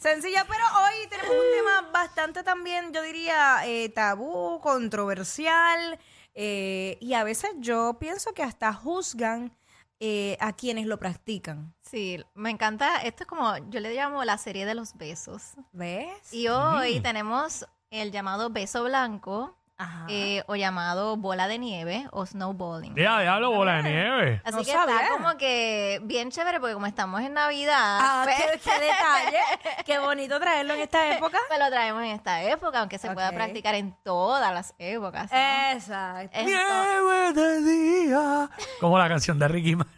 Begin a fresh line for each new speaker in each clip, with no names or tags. Sencilla, pero hoy tenemos un tema bastante también, yo diría, eh, tabú, controversial, eh, y a veces yo pienso que hasta juzgan eh, a quienes lo practican.
Sí, me encanta. Esto es como, yo le llamo la serie de los besos.
¿Ves?
Y hoy tenemos el llamado beso blanco,
Ajá.
eh, o llamado bola de nieve, o snowballing.
Ya, diablo, bola de nieve.
Así
No
que
sabía.
está como que bien chévere, porque como estamos en Navidad,
Ah,
pues,
qué, qué detalle. Qué bonito traerlo en esta época.
pues lo traemos en esta época, aunque se pueda
Ok. Eh,
practicar en todas las épocas. ¿no?
Exacto.
Esto-
Nieve de día. Como la canción de Ricky Martin.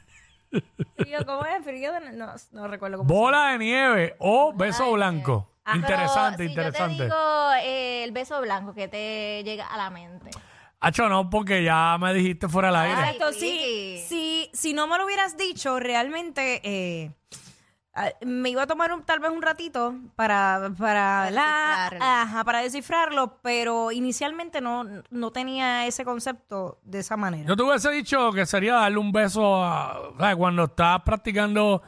Frío, ¿Cómo es? Frío de- No, no recuerdo cómo
Bola de nieve o beso blanco.
Ajá.
Interesante,
Ah, Pero si
interesante.
Yo te digo eh, el beso blanco que te llega a la mente.
Hacho, no, porque ya me dijiste fuera del aire.
Ay,
Exacto,
Ricky.
sí. Si, si no me lo hubieras dicho, realmente eh, ah, me iba a tomar un- tal vez un ratito para, para, la-
descifrarlo.
ajá, para descifrarlo, pero inicialmente no, no tenía ese concepto de esa manera.
Yo te hubiese dicho que sería darle un beso a, ¿sabes? cuando estás practicando.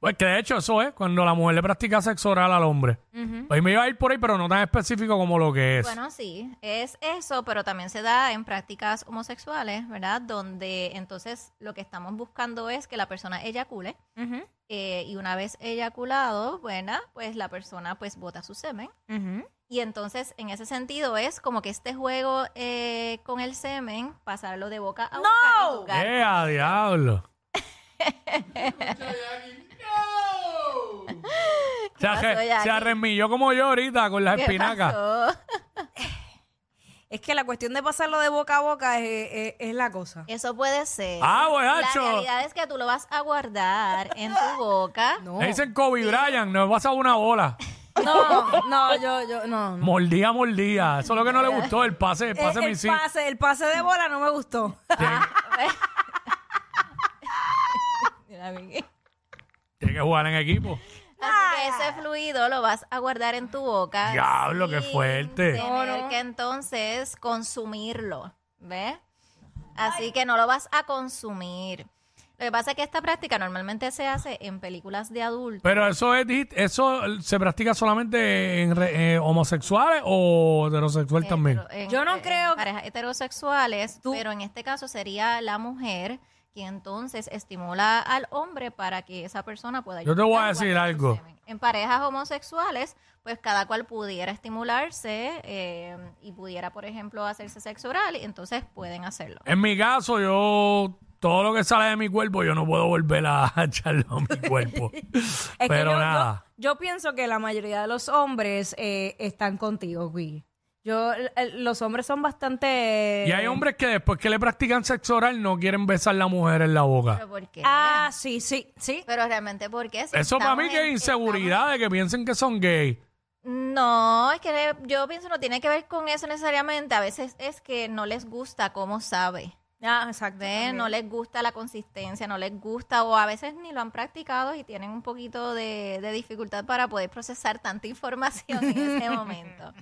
Pues que de hecho eso es cuando la mujer le practica sexo oral al hombre. Pues me iba a ir por ahí, pero no tan específico como lo que es.
Bueno, sí, es eso, pero también se da en prácticas homosexuales, ¿verdad? Donde entonces lo que estamos buscando es que la persona eyacule
Ujú,
eh, y una vez eyaculado, bueno, pues la persona pues bota su semen.
ujú.
Y entonces en ese sentido es como que este juego eh, con el semen, pasarlo de boca a boca. y tocar.
¡Eh, a diablo! Se,
pasó,
arre-
Jackie?
se arremilló como yo ahorita con las
¿Qué
espinacas.
pasó?
Es que la cuestión de pasarlo de boca a boca es, es- es la cosa.
Eso puede ser.
Ah, bueno,
La
Hacho.
realidad es que tú lo vas a guardar en tu boca.
No,
Le dicen Kobe Bryant, nos pasado una bola.
no, no, yo, yo, no. no.
Mordía, mordía. Eso es lo que no le gustó, el pase, el pase
Eh, el,
misil.
pase, el pase de bola no me gustó.
Tiene,
Mira, Miguel.
tiene que jugar en equipo.
Así que ese fluido lo vas a guardar en tu boca.
Diablo, qué
sin
fuerte.
Tener
No, no.
que entonces consumirlo, ¿ves? Así que no lo vas a consumir. Lo que pasa es que esta práctica normalmente se hace en películas de adultos.
Pero eso es, dijiste, eso se practica solamente en re- eh, homosexuales o
Eh,
heterosexual también.
Hetero- en-
Yo no
en
creo que-
Parejas heterosexuales,
Tú-
pero en este caso sería la mujer que entonces estimula al hombre para que esa persona pueda
Yo te voy a
ayudar
decir
guardar su
algo.
semen. En parejas homosexuales, pues cada cual pudiera estimularse eh, y pudiera, por ejemplo, hacerse sexo oral, y entonces pueden hacerlo.
En mi caso, yo todo lo que sale de mi cuerpo, yo no puedo volver a echarlo a mi cuerpo.
Es que
Pero
yo, yo-
nada.
Yo, pienso que la mayoría de los hombres eh, están contigo, Gui. Yo, l- eh, los hombres son bastante.
Y
Eh,
hay hombres que después que le practican sexo oral no quieren besar a la mujer en la boca.
¿Pero por qué?
Ah, sí, sí, sí.
Pero realmente, ¿por qué? Si
Eso para
estamos
mí que
en-
es inseguridad de que piensen que son gay. Eh,
No, es que yo pienso no tiene que ver con eso necesariamente. A veces es que no les gusta cómo sabe.
Ah, exacto.
¿Ve? No
también.
les gusta la consistencia, no les gusta o a veces ni lo han practicado y tienen un poquito de, de dificultad para poder procesar tanta información en ese momento.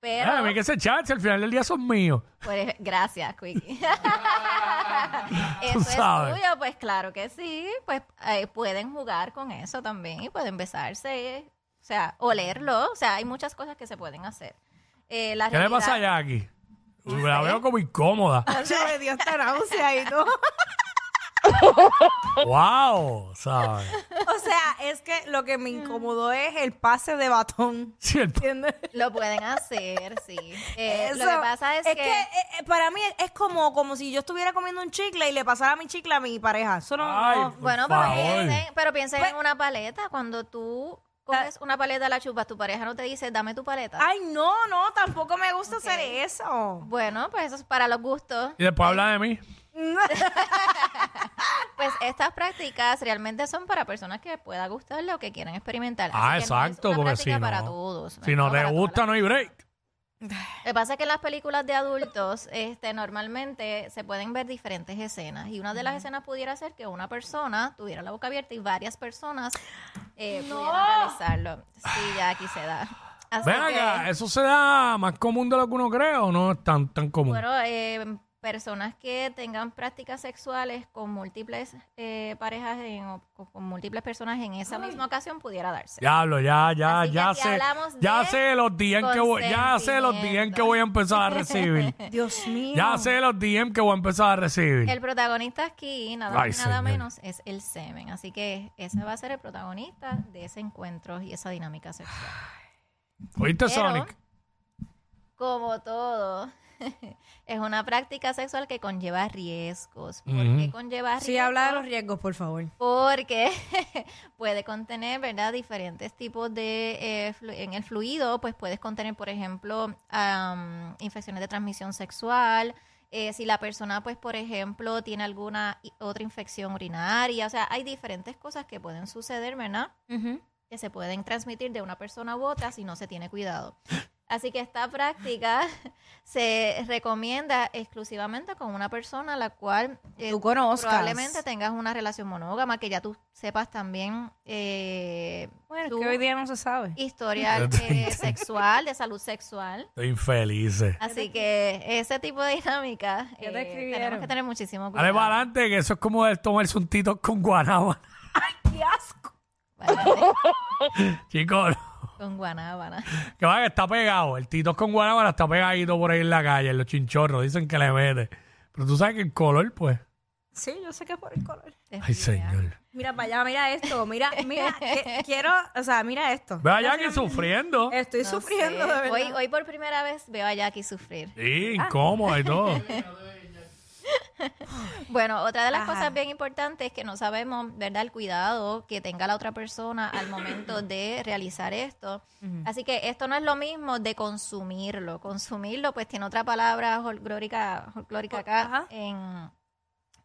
Pero,
Ah, a mí que se chance, al final del día son míos.
pues, gracias, Quickie.
Tú
eso es
sabes.
tuyo, pues claro que sí. Pues eh, pueden jugar con eso también y pueden besarse, eh, o sea, olerlo. O sea, hay muchas cosas que se pueden hacer. Eh, la
¿Qué le pasa a
realidad-
Jackie? La veo como incómoda.
Yo me dio esta náusea y todo.
¡Wow! ¿Sabes?
O sea, es que lo que me incomodó es el pase de batón.
Sí, el-
¿Entiendes?
Lo pueden hacer, sí. Eh, lo
Eso-
que pasa es,
que eh, eh, para mí es como, como si yo estuviera comiendo un chicle y le pasara mi chicle a mi pareja. Eso no.
Ay,
no.
por
Bueno, pero
favor.
piensen, pero piensen
Pues-
en una paleta. Cuando tú coges una paleta, la chupas, tu pareja no te dice, dame tu paleta.
Ay, no, no, tampoco me gusta hacer eso.
Bueno, pues eso es para los gustos.
Y después habla de mí.
Pues estas prácticas realmente son para personas que pueda gustarle o que quieran experimentar.
Ah,
Así que no es
exacto,
una
porque
práctica
si
para
no-
todos.
Si no
es
te
para todas
gusta, no hay break.
Lo que pasa es que en las películas de adultos, este, normalmente se pueden ver diferentes escenas. Y una de las escenas pudiera ser que una persona tuviera la boca abierta y varias personas eh, pudieran realizarlo. Sí, ya aquí se da. Así
Ven
que,
acá, ¿eso se da más común de lo que uno cree o no es tan, tan común?
bueno, eh, personas que tengan prácticas sexuales con múltiples eh, parejas en- o con, con múltiples personas en esa misma ocasión pudiera darse.
Diablo, ya, ya,
Así que
ya
aquí
sé.
hablamos
Ya
de
sé los DM que voy, ya sé los DM que voy a empezar a recibir.
Dios mío.
ya sé los DM que voy a empezar a recibir.
El protagonista aquí, nada más
Ay,
y nada
señor.
menos, es el semen. Así que ese va a ser el protagonista de ese encuentro y esa dinámica sexual.
¿Oíste,
Pero-
Sonic?
Como todo, es una práctica sexual que conlleva riesgos. ¿Por qué
Ujú.
conlleva riesgos?
Sí, habla de los riesgos, por favor.
porque puede contener, ¿verdad? Diferentes tipos de... eh, flu- en el fluido, pues puedes contener, por ejemplo, am, infecciones de transmisión sexual. eh, si la persona, pues, por ejemplo, tiene alguna i- otra infección urinaria. O sea, hay diferentes cosas que pueden suceder, ¿verdad? Que se pueden transmitir de una persona u otra si no se tiene cuidado. Así que esta práctica se recomienda exclusivamente con una persona a la cual eh,
Tú conozcas.
probablemente tengas una relación monógama, que ya tú sepas también eh,
Bueno,
tu
es que hoy día no se sabe.
historial eh, sexual, de salud sexual.
Estoy infeliz.
Así que ese tipo de dinámica
Ya te
eh, tenemos
escribieron.
que tener muchísimo
Dale
cuidado.
para adelante, que eso es como el tomarse un tito con guanábana.
¡Qué asco!
Vale,
Chicos,
con guanábana.
que va que está pegado. El tito con guanábana está pegadito por ahí en la calle, en los chinchorros. Dicen que le mete. Pero tú sabes que el color, pues.
Sí, yo sé que es por el color.
Te
Ay,
escribía.
señor.
Mira para allá, mira esto, mira, mira, que- quiero, o sea, mira esto.
Ve allá que sufriendo.
Estoy
No
sufriendo,
sé.
de verdad.
Hoy, hoy por primera vez veo a Jackie sufrir.
Sí, incómodo y todo.
Bueno, otra de las
Ajá.
cosas bien importantes es que no sabemos, ¿verdad? El cuidado que tenga la otra persona al momento de realizar esto. Así que esto no es lo mismo de consumirlo. Consumirlo, pues tiene otra palabra folclórica, folclórica acá
Ajá.
en,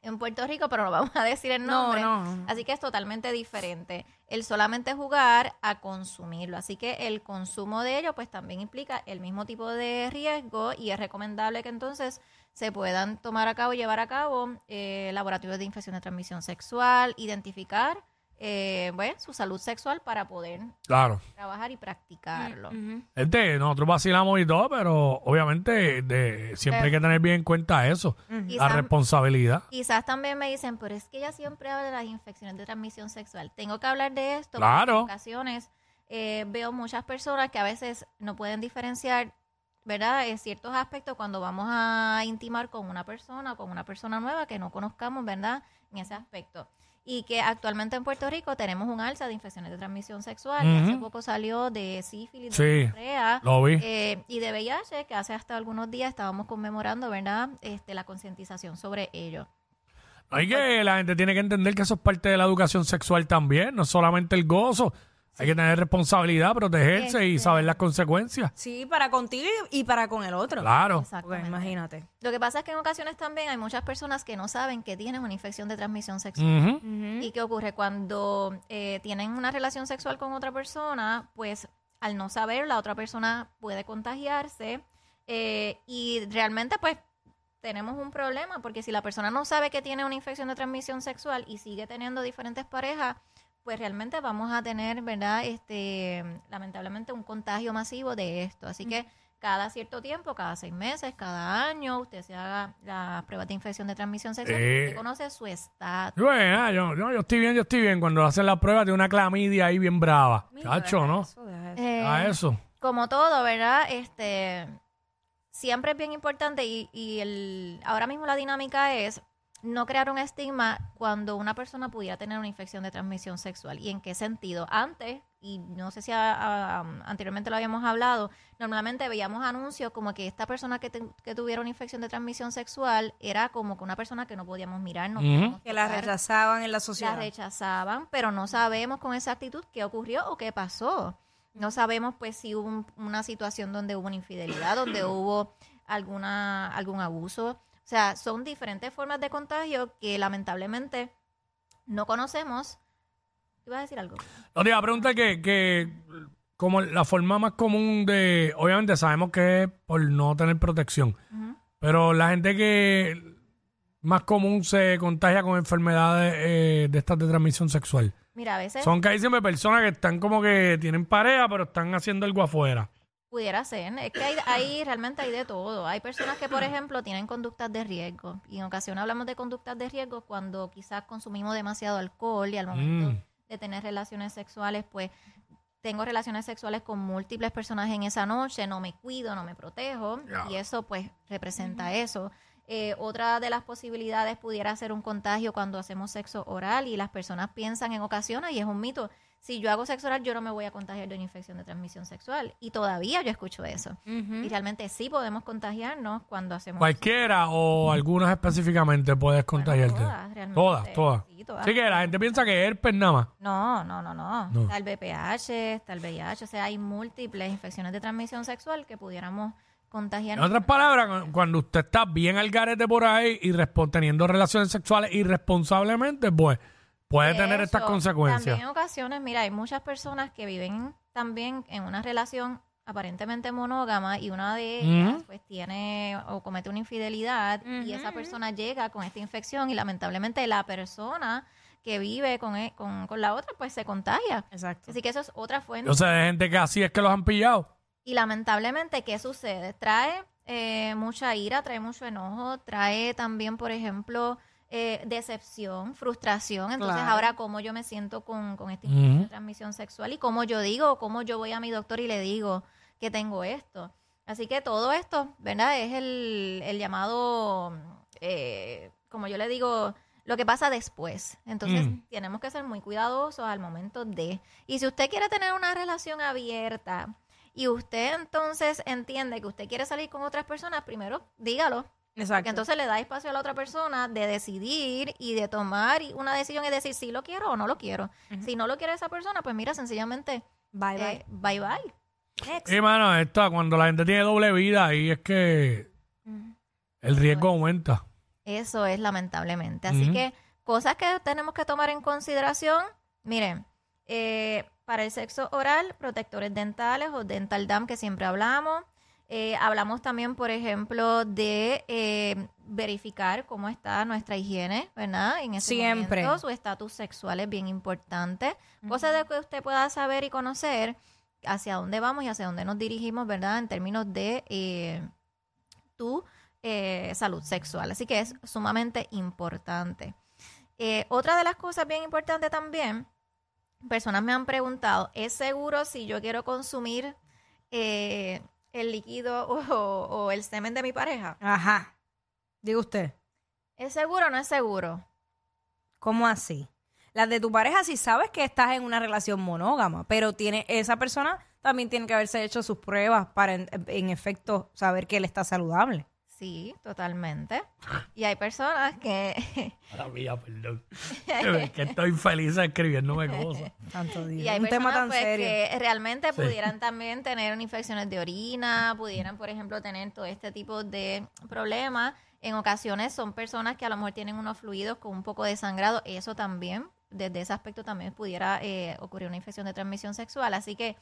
en Puerto Rico, pero no vamos a decir el
No,
nombre.
no.
Así que es totalmente diferente. El solamente jugar a consumirlo. Así que el consumo de ello, pues también implica el mismo tipo de riesgo y es recomendable que entonces se puedan tomar a cabo, llevar a cabo eh, laboratorios de infección de transmisión sexual, identificar eh, bueno, su salud sexual para poder
Claro.
trabajar y practicarlo.
Este, nosotros vacilamos y todo, pero obviamente de- siempre hay que tener bien en cuenta eso. La
Quizás-
responsabilidad.
Quizás también me dicen, pero es que ella siempre habla de las infecciones de transmisión sexual. Tengo que hablar de esto. porque
Claro.
En ocasiones eh, veo muchas personas que a veces no pueden diferenciar, ¿verdad?, Eh, ciertos aspectos cuando vamos a intimar con una persona, con una persona nueva que no conozcamos, ¿verdad?, en ese aspecto. Y que actualmente en Puerto Rico tenemos un alza de infecciones de transmisión sexual. Y Hace
Ujú.
poco salió de sífilis,
Sí.
de gonorrea,
Lo vi.
eh, y de VIH, que hace hasta algunos días estábamos conmemorando, ¿verdad?, este, la concientización sobre ello.
Hay que la gente tiene que entender que eso es parte de la educación sexual también, no solamente el gozo. Hay que tener responsabilidad, protegerse y saber las consecuencias.
Sí, para contigo y y para con el otro.
Claro.
Porque
Exactamente.
imagínate.
Lo que pasa es que en ocasiones también hay muchas personas que no saben que tienen una infección de transmisión sexual.
Ujú.
¿Y qué ocurre? Cuando eh, tienen una relación sexual con otra persona, pues al no saber, la otra persona puede contagiarse eh, y realmente pues tenemos un problema porque si la persona no sabe que tiene una infección de transmisión sexual y sigue teniendo diferentes parejas, pues realmente vamos a tener, ¿verdad? Este, lamentablemente un contagio masivo de esto. Así que cada cierto tiempo, cada seis meses, cada año, usted se haga la prueba de infección de transmisión sexual y
Eh.
usted conoce su estado.
Y Bueno, ah, yo, yo, yo estoy bien, yo estoy bien. Cuando hacen la prueba de una clamidia ahí bien brava. Cacho, ¿no?
Eso, deja eso.
Eh,
A eso.
como todo, ¿verdad? Este siempre es bien importante y, y el, ahora mismo la dinámica es no crear un estigma cuando una persona pudiera tener una infección de transmisión sexual. ¿Y en qué sentido? Antes, y no sé si a- a- am- anteriormente lo habíamos hablado, normalmente veíamos anuncios como que esta persona que, tu- que tuviera una infección de transmisión sexual era como que una persona que no podíamos mirar, no
Ujú.
podíamos
Que la
tocar
rechazaban en la
la
sociedad.
rechazaban, pero no sabemos con exactitud qué ocurrió o qué pasó. No sabemos pues si hubo un- una situación donde hubo una infidelidad, donde hubo alguna algún abuso. O O sea, son diferentes formas de contagio que lamentablemente no conocemos. ¿Ibas a decir algo?
No te iba a preguntar que, que como la forma más común de, obviamente sabemos que es por no tener protección,
Ujú.
pero la gente que más común se contagia con enfermedades eh, de estas de transmisión sexual.
Mira, a veces
Son casi siempre personas que están como que tienen pareja, pero están haciendo algo afuera.
Pudiera ser. Es que hay, hay- realmente hay de todo. Hay personas que, por ejemplo, tienen conductas de riesgo. Y en ocasión hablamos de conductas de riesgo cuando quizás consumimos demasiado alcohol y al momento
Mm.
de tener relaciones sexuales, pues tengo relaciones sexuales con múltiples personas en esa noche, no me cuido, no me protejo.
Ya.
Y eso, pues, representa eso. Eh, otra de las posibilidades pudiera ser un contagio cuando hacemos sexo oral y las personas piensan en ocasiones, y es un mito, si yo hago sexo oral, yo no me voy a contagiar de una infección de transmisión sexual. Y todavía yo escucho eso.
Ujú.
Y realmente sí podemos contagiarnos cuando hacemos
Cualquiera o algunas específicamente puedes
bueno,
contagiarte.
todas, realmente.
Todas, todas.
Sí, todas.
Así que la gente piensa que es herpes nada más.
No, no, no, no.
No.
Tal VPH, tal VIH, o sea, hay múltiples infecciones de transmisión sexual que pudiéramos
En
contagiarnos.
otras palabras, cu- cuando usted está bien al garete por ahí y respon- teniendo relaciones sexuales irresponsablemente, pues puede
De
tener estas
hecho,
consecuencias.
También en ocasiones, mira, hay muchas personas que viven también en una relación aparentemente monógama y una de ellas
Ujú.
pues tiene o comete una infidelidad y esa persona llega con esta infección y lamentablemente la persona que vive con, e- con, con la otra pues se contagia.
Exacto.
Así que eso es otra fuente.
Yo sé de gente que así es que los han pillado.
Y lamentablemente, ¿qué sucede? Trae eh, mucha ira, trae mucho enojo, trae también, por ejemplo, eh, decepción, frustración. Entonces,
Claro.
ahora, ¿cómo yo me siento con, con esta
Ujú.
infección de transmisión sexual? ¿Y cómo yo digo? ¿Cómo yo voy a mi doctor y le digo que tengo esto? Así que todo esto, ¿verdad? Es el, el llamado, eh, como yo le digo, lo que pasa después. Entonces,
Mm.
tenemos que ser muy cuidadosos al momento de. Y si usted quiere tener una relación abierta y usted entonces entiende que usted quiere salir con otras personas, primero dígalo. Porque
Exacto.
entonces le da espacio a la otra persona de decidir y de tomar una decisión y decir si lo quiero o no lo quiero. Si no lo quiere esa persona, pues mira, sencillamente,
bye, bye.
eh, bye bye. Next.
Y mano, esto, cuando la gente tiene doble vida, ahí es que
Ujú.
el riesgo aumenta.
Eso es lamentablemente. Así
Ujú.
que cosas que tenemos que tomar en consideración, miren, eh, para el sexo oral, protectores dentales o dental dam que siempre hablamos. Eh, hablamos también, por ejemplo, de eh, verificar cómo está nuestra higiene, ¿verdad? En ese
Siempre.
momento, su estatus sexual es bien importante. Cosas de que usted pueda saber y conocer hacia dónde vamos y hacia dónde nos dirigimos, ¿verdad? En términos de eh, tu eh, salud sexual. Así que es sumamente importante. Eh, otra de las cosas bien importantes también, personas me han preguntado, ¿es seguro si yo quiero consumir eh, el líquido o, o el semen de mi pareja?
Ajá. Diga usted,
¿Es seguro o no es seguro?
¿cómo así? Las de tu pareja si sabes que estás en una relación monógama, pero tiene esa persona también tiene que haberse hecho sus pruebas para en, en efecto saber que él está saludable.
Sí, totalmente. Y hay personas que...
perdón. es que estoy feliz escribiéndome cosas.
Tanto Dios.
Y hay
un tema
personas
tan
pues,
serio.
que realmente pudieran también tener infecciones de orina, pudieran, por ejemplo, tener todo este tipo de problemas. En ocasiones son personas que a lo mejor tienen unos fluidos con un poco de sangrado. Eso también, desde ese aspecto también pudiera eh, ocurrir una infección de transmisión sexual. Así que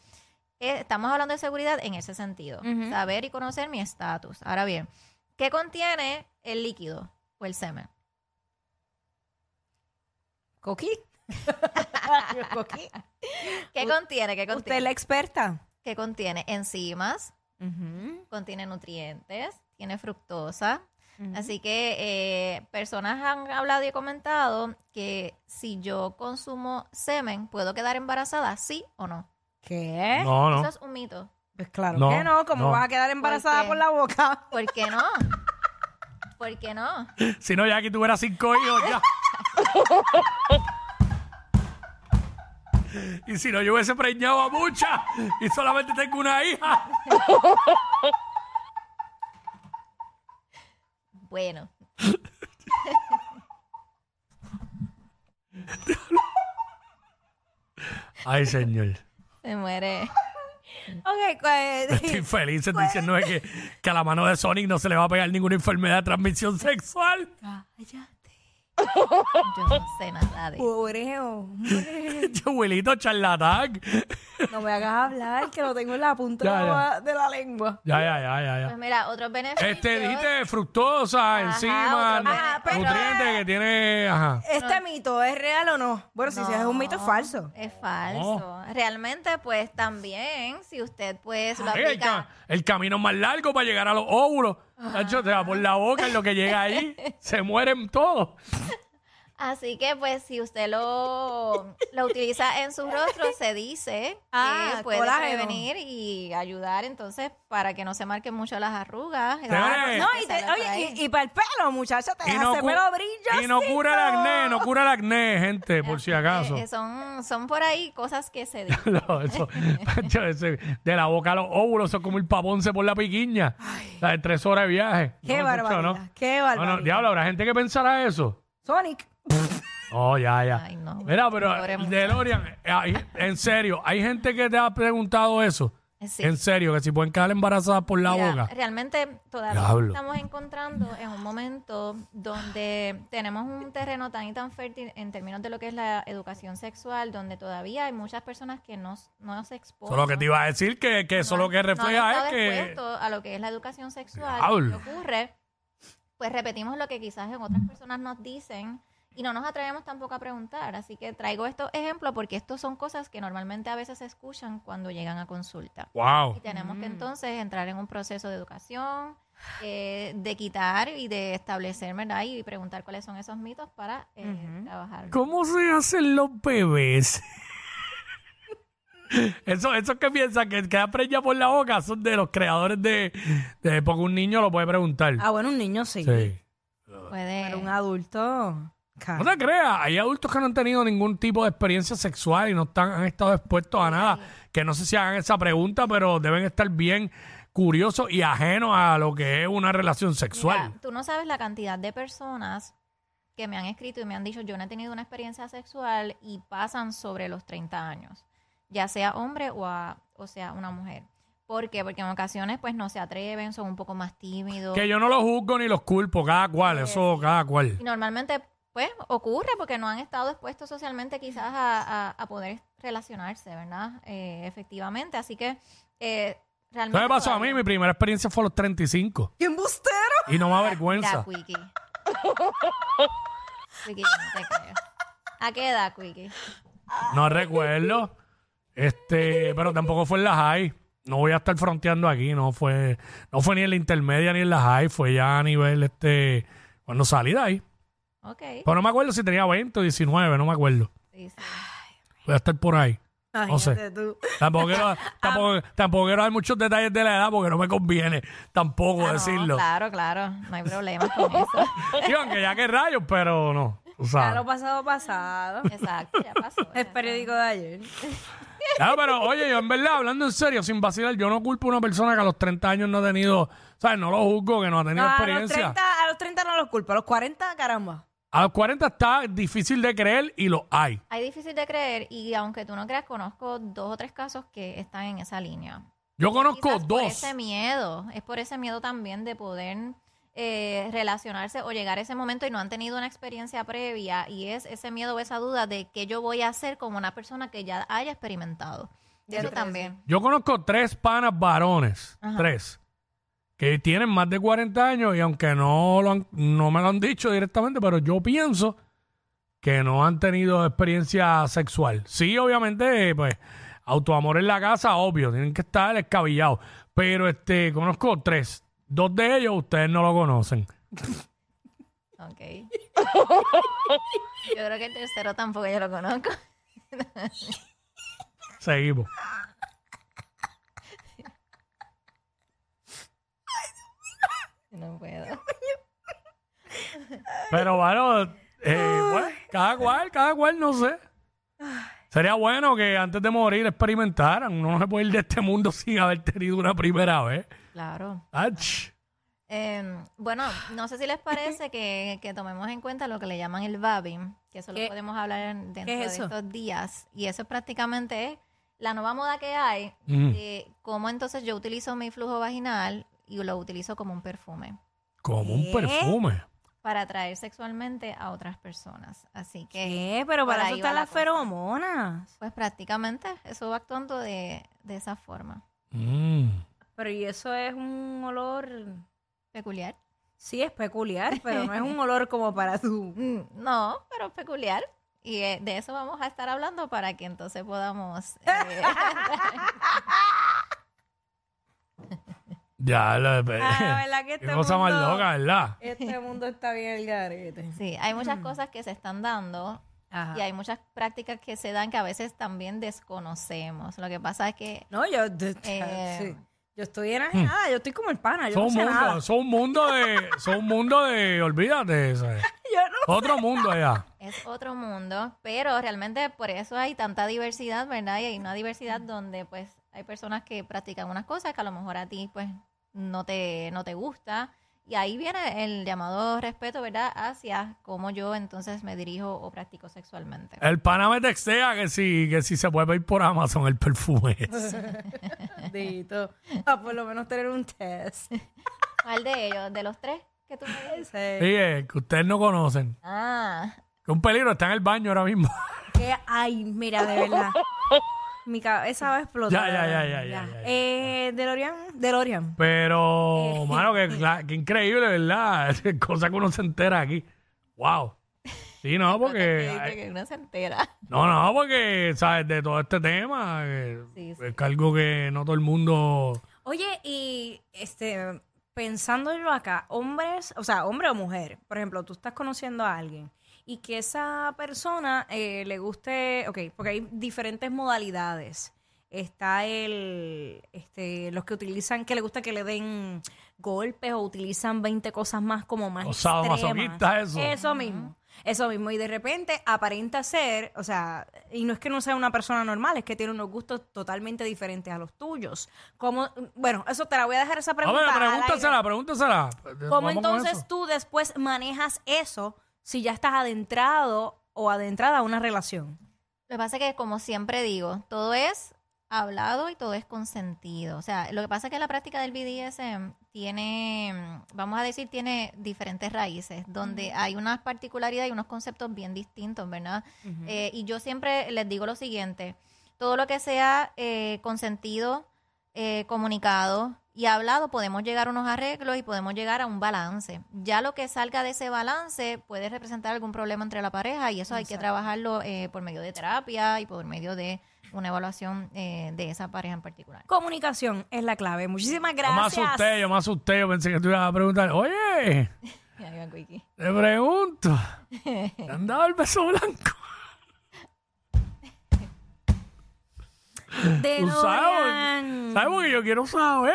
eh, estamos hablando de seguridad en ese sentido.
Ujú.
Saber y conocer mi estatus. Ahora bien, ¿qué contiene el líquido o el semen?
¿Coquí? ¿Coquí?
¿Qué
U-
contiene?
¿Usted
¿Qué
es la
contiene?
experta?
¿Qué contiene? Enzimas. contiene nutrientes, tiene fructosa. Así que eh, personas han hablado y comentado que si yo consumo semen, ¿puedo quedar embarazada? ¿Sí o no?
¿Qué?
No, no.
Eso es un mito.
Pues claro
No,
que no, como
no.
vas a quedar embarazada
qué?
por la boca.
¿Por qué no? ¿Por qué no?
Si no, ya aquí tuviera cinco hijos ya. y si no, yo hubiese preñado a muchas y solamente tengo una hija.
Bueno,
Ay, señor.
se muere.
Ok, pues-
Estoy feliz diciéndome que, que a la mano de Sonic no se le va a pegar ninguna enfermedad de transmisión sexual.
Cállate. Yo no sé nada de
Pobre hombre.
Yo, abuelito charlatán.
No me hagas hablar, que lo tengo en la punta
Ya,
de, la,
ya.
de la lengua.
Ya, ya, ya, ya,
Pues
ya.
mira, otros beneficios.
Este, dijiste fructosa, enzima,
otro-
Ajá, pero-
nutrientes que tiene... Ajá.
¿Este mito es real o no? Bueno, si es un mito, es falso.
Es falso.
Oh.
Realmente, pues también, si usted pues lo
Ay, el, ca-
aplica.
el camino más largo para llegar a los óvulos. Nacho, te va por la boca en lo que llega ahí. se mueren todos.
Así que, pues, si usted lo, lo utiliza en su rostro, se dice
Ah,
que puede
colágeno.
prevenir y ayudar, entonces, para que no se marquen mucho las arrugas.
Señores.
No, y, te- oye, y, y para el pelo, muchacha, te deja ese
cu-
pelo brilla.
y no
así,
cura el acné, no cura el acné, gente, por si acaso.
Eh, eh, son, son por ahí cosas que se dicen.
No, eso, Nacho, ese- de la boca a los óvulos, eso es como el paponce por la piquiña. La de tres horas de viaje.
Qué
No, Nacho,
barbaridad,
no.
qué
No,
barbaridad.
no, diablo, habrá gente que pensará eso.
Sonic.
Oh, ya, ya.
Ay, no.
Mira, pero
Pobre
eh,
muchacho.
DeLorean, eh, hay- en serio, hay gente que te ha preguntado eso.
Sí.
En serio, que si pueden quedar embarazadas por la
Mira,
boca.
Realmente todavía
Diablo.
estamos encontrando en un momento donde tenemos un terreno tan y tan fértil en términos de lo que es la educación sexual, donde todavía hay muchas personas que no, no se exponen.
Solo que te iba a decir que, que eso lo que refleja es que.
a lo que es la educación sexual,
Diablo.
lo que ocurre, pues repetimos lo que quizás en otras personas nos dicen y no nos atrevemos tampoco a preguntar. Así que traigo estos ejemplos porque estos son cosas que normalmente a veces se escuchan cuando llegan a consulta. Y
¡Wow!
tenemos
Mm.
que entonces entrar en un proceso de educación, eh, de quitar y de establecer, ¿verdad? Y preguntar cuáles son esos mitos para eh, trabajar.
¿Cómo se hacen los bebés? Eso, eso que piensan que queda preña por la boca son de los creadores de, de porque un niño lo puede preguntar.
Ah, bueno, un niño sí.
Sí.
Puede-
Pero un adulto. cara.
No te creas, hay adultos que no han tenido ningún tipo de experiencia sexual y no están, han estado expuestos a nada. Que no sé si hagan esa pregunta, pero deben estar bien curiosos y ajenos a lo que es una relación sexual.
Mira, tú no sabes la cantidad de personas que me han escrito y me han dicho, yo no he tenido una experiencia sexual y pasan sobre los 30 años, ya sea hombre o, a- o sea una mujer. ¿Por qué? Porque en ocasiones pues no se atreven, son un poco más tímidos.
Que yo no los juzgo ni los culpo, cada cual, eso cada cual.
Y normalmente, pues, ocurre porque no han estado expuestos socialmente quizás a, a- a poder relacionarse, ¿verdad? Eh, efectivamente. Así que, eh, realmente...
¿Sabes qué pasó a
todavía-
mí? Mi primera experiencia fue a los 35
¡Qué embustero!
y no me
Mira,
avergüenza.
Quiki. Quiki, no te creo. ¿A qué edad, Quiki?
No recuerdo. Este, pero tampoco fue en la high. No voy a estar fronteando aquí, no fue no fue ni en la intermedia ni en la high, fue ya a nivel este cuando salí de ahí.
Ok.
Pero no me acuerdo si tenía 20 o 19, no me acuerdo.
Sí, sí.
Voy a estar por ahí. No sé.
Imagínate tú.
Tampoco quiero, tampoco, tampoco quiero dar muchos detalles de la edad porque no me conviene tampoco
Ah, no,
decirlo.
claro, claro. No hay problema con eso.
Digo, aunque ya que rayos, pero no. tú sabes.
Ya lo pasado, pasado.
Exacto, ya pasó. ya
El
está.
periódico de ayer.
Claro, pero oye, yo en verdad, hablando en serio, sin vacilar, yo no culpo a una persona que a los 30 años no ha tenido, ¿sabes? No lo juzgo, que no ha tenido
No, a, los
experiencia.
30, a los 30 no los culpa, a los 40, caramba.
A los 40 está difícil de creer y lo hay.
Hay difícil de creer y aunque tú no creas, conozco dos o tres casos que están en esa línea.
Yo conozco
Quizás Por
dos.
ese miedo, es por ese miedo también de poder eh, relacionarse o llegar a ese momento y no han tenido una experiencia previa y es ese miedo o esa duda de que yo voy a hacer como una persona que ya haya experimentado.
Ya
Eso
crece.
también.
Yo conozco tres panas varones,
Ajá.
tres, que tienen más de 40 años y aunque no, lo han- no me lo han dicho directamente, pero yo pienso que no han tenido experiencia sexual. Sí, obviamente, pues, autoamor en la casa, obvio, tienen que estar descabellados. Pero este, conozco tres. Dos de ellos ustedes no lo conocen.
Ok. yo creo que el tercero tampoco yo lo conozco.
Seguimos.
No puedo.
Pero bueno, eh,
Ah.
bueno, cada cual, cada cual, no sé. Sería bueno que antes de morir experimentaran. Uno no se puede ir de este mundo sin haber tenido una primera vez.
Claro.
Ach.
Eh, bueno, no sé si les parece que, que tomemos en cuenta lo que le llaman el vabbing, que eso
¿Qué?
lo podemos hablar en- dentro
¿Qué es
de
eso?
estos días. Y eso prácticamente es la nueva moda que hay,
Ujú.
eh, cómo entonces yo utilizo mi flujo vaginal y lo utilizo como un perfume
Como un
¿Qué?
perfume.
para atraer sexualmente a otras personas. Así que,
¿Qué? Pero
Por
para
ahí
eso
va
están
la
las
cosa.
feromonas.
pues prácticamente eso va actuando de, de esa forma.
Mm.
Pero y eso es un olor...
Peculiar.
Sí, es peculiar, pero no es un olor como para tú.
Mm, No, pero peculiar. Y eh, de eso vamos a estar hablando para que entonces podamos... eh,
Ya, la, eh,
Ah, la verdad que
qué
este
cosa más
mundo-
loca, ¿verdad?
Este mundo está bien el garete.
sí, hay
Mm.
muchas cosas que se están dando
Ajá.
Ah.
y hay muchas prácticas que se dan que a veces también desconocemos. Lo que pasa es que...
No, yo, de-
Eh,
sí. yo estoy enajenada, yo estoy como el pana, yo
Hmm. Son
no sé
un
nada.
mundo, son un mundo de, son un mundo de, olvídate, ¿sabes?
Yo no.
otro mundo allá.
Es otro mundo, pero realmente por eso hay tanta diversidad, ¿verdad? Y hay una diversidad
Mm.
donde pues hay personas que practican unas cosas que a lo mejor a ti pues no te, no te gusta. Y ahí viene el llamado respeto, ¿verdad? Hacia cómo yo entonces me dirijo o practico sexualmente.
El pana me textea que si, que si se puede pedir por Amazon el perfume.
Dito. Ah, por lo menos tener un test.
¿Cuál de ellos? ¿De los tres que tú me dices?
Sí.
Oye, que ustedes no conocen.
Ah,
Que un peligro, está en el baño ahora mismo.
Que- Ay, mira, de verdad. Mi cabeza va a explotar.
Ya, ya, ya, ya, ya, ya, ya.
Eh, DeLorean, DeLorean.
Pero,
Eh.
mano, que, la- que increíble, ¿verdad? Cosa que uno se entera aquí. Wow. Sí, no,
que-
porque...
que uno se entera.
No, no, porque, ¿sabes? De todo este tema, eh,
Sí, sí.
es algo que no todo el mundo...
Oye, y este, pensándolo acá, hombres, o sea, hombre o mujer, por ejemplo, tú estás conociendo a alguien y que esa persona eh, le guste, ok, porque hay diferentes modalidades. Está el, este, los que utilizan, que le gusta que le den golpes o utilizan 20 cosas más como más
Los sadomasoquistas,
extremas.
eso.
Eso mismo. Eso mismo, y de repente aparenta ser, o sea, y no es que no sea una persona normal, es que tiene unos gustos totalmente diferentes a los tuyos. ¿Cómo, bueno, eso te la voy a dejar esa
A
pregunta.
ver,
al aire.
pregúntasela, pregúntasela.
¿Cómo
Vamos con
entonces
eso.
tú después manejas eso si ya estás adentrado o adentrada a una relación?
Lo que pasa es que, como siempre digo, todo es hablado y todo es consentido. O sea, lo que pasa es que la práctica del BDSM tiene, mm, vamos a decir, tiene diferentes raíces, donde hay unas particularidades y unos conceptos bien distintos, ¿verdad? Eh, y yo siempre les digo lo siguiente, todo lo que sea eh, consentido, eh, comunicado y hablado, podemos llegar a unos arreglos y podemos llegar a un balance. Ya lo que salga de ese balance puede representar algún problema entre la pareja y eso hay que trabajarlo eh, por medio de terapia y por medio de una evaluación eh, de esa pareja en particular.
Comunicación es la clave. Muchísimas
Yo me
gracias.
asusté, yo me asusté. Yo pensé que tú ibas a preguntar, oye,
Ahí va Quickie.
te pregunto, ¿te han dado el beso blanco? Tú sabes,
DeLorean.
sabes porque yo quiero saber.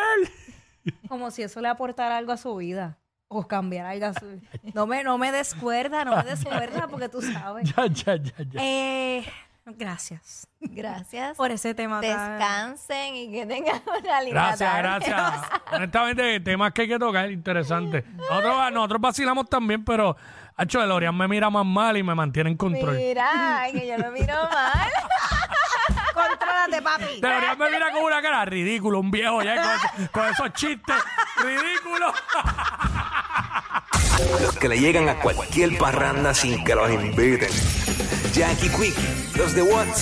Como si eso le aportara algo a su vida. O cambiara algo a su vida. No me, no me descuerda, no me descuerda porque tú sabes.
Ya, ya, ya, ya.
Eh, gracias
Gracias.
por ese tema. tan-
Descansen y que tengan una linda
Gracias,
tarde.
gracias. Honestamente, temas que hay que tocar, interesante. Nosotros, nosotros vacilamos también, pero Hacho de Lorian me mira más mal y me mantiene en control.
Mira, que yo lo miro mal.
Contrólate, papi.
De Lorian me mira con una cara ridículo, un viejo ya con, con esos chistes ridículos.
Los que le llegan a cualquier parranda sin que los inviten. Jackie Quick, los de WhatsApp.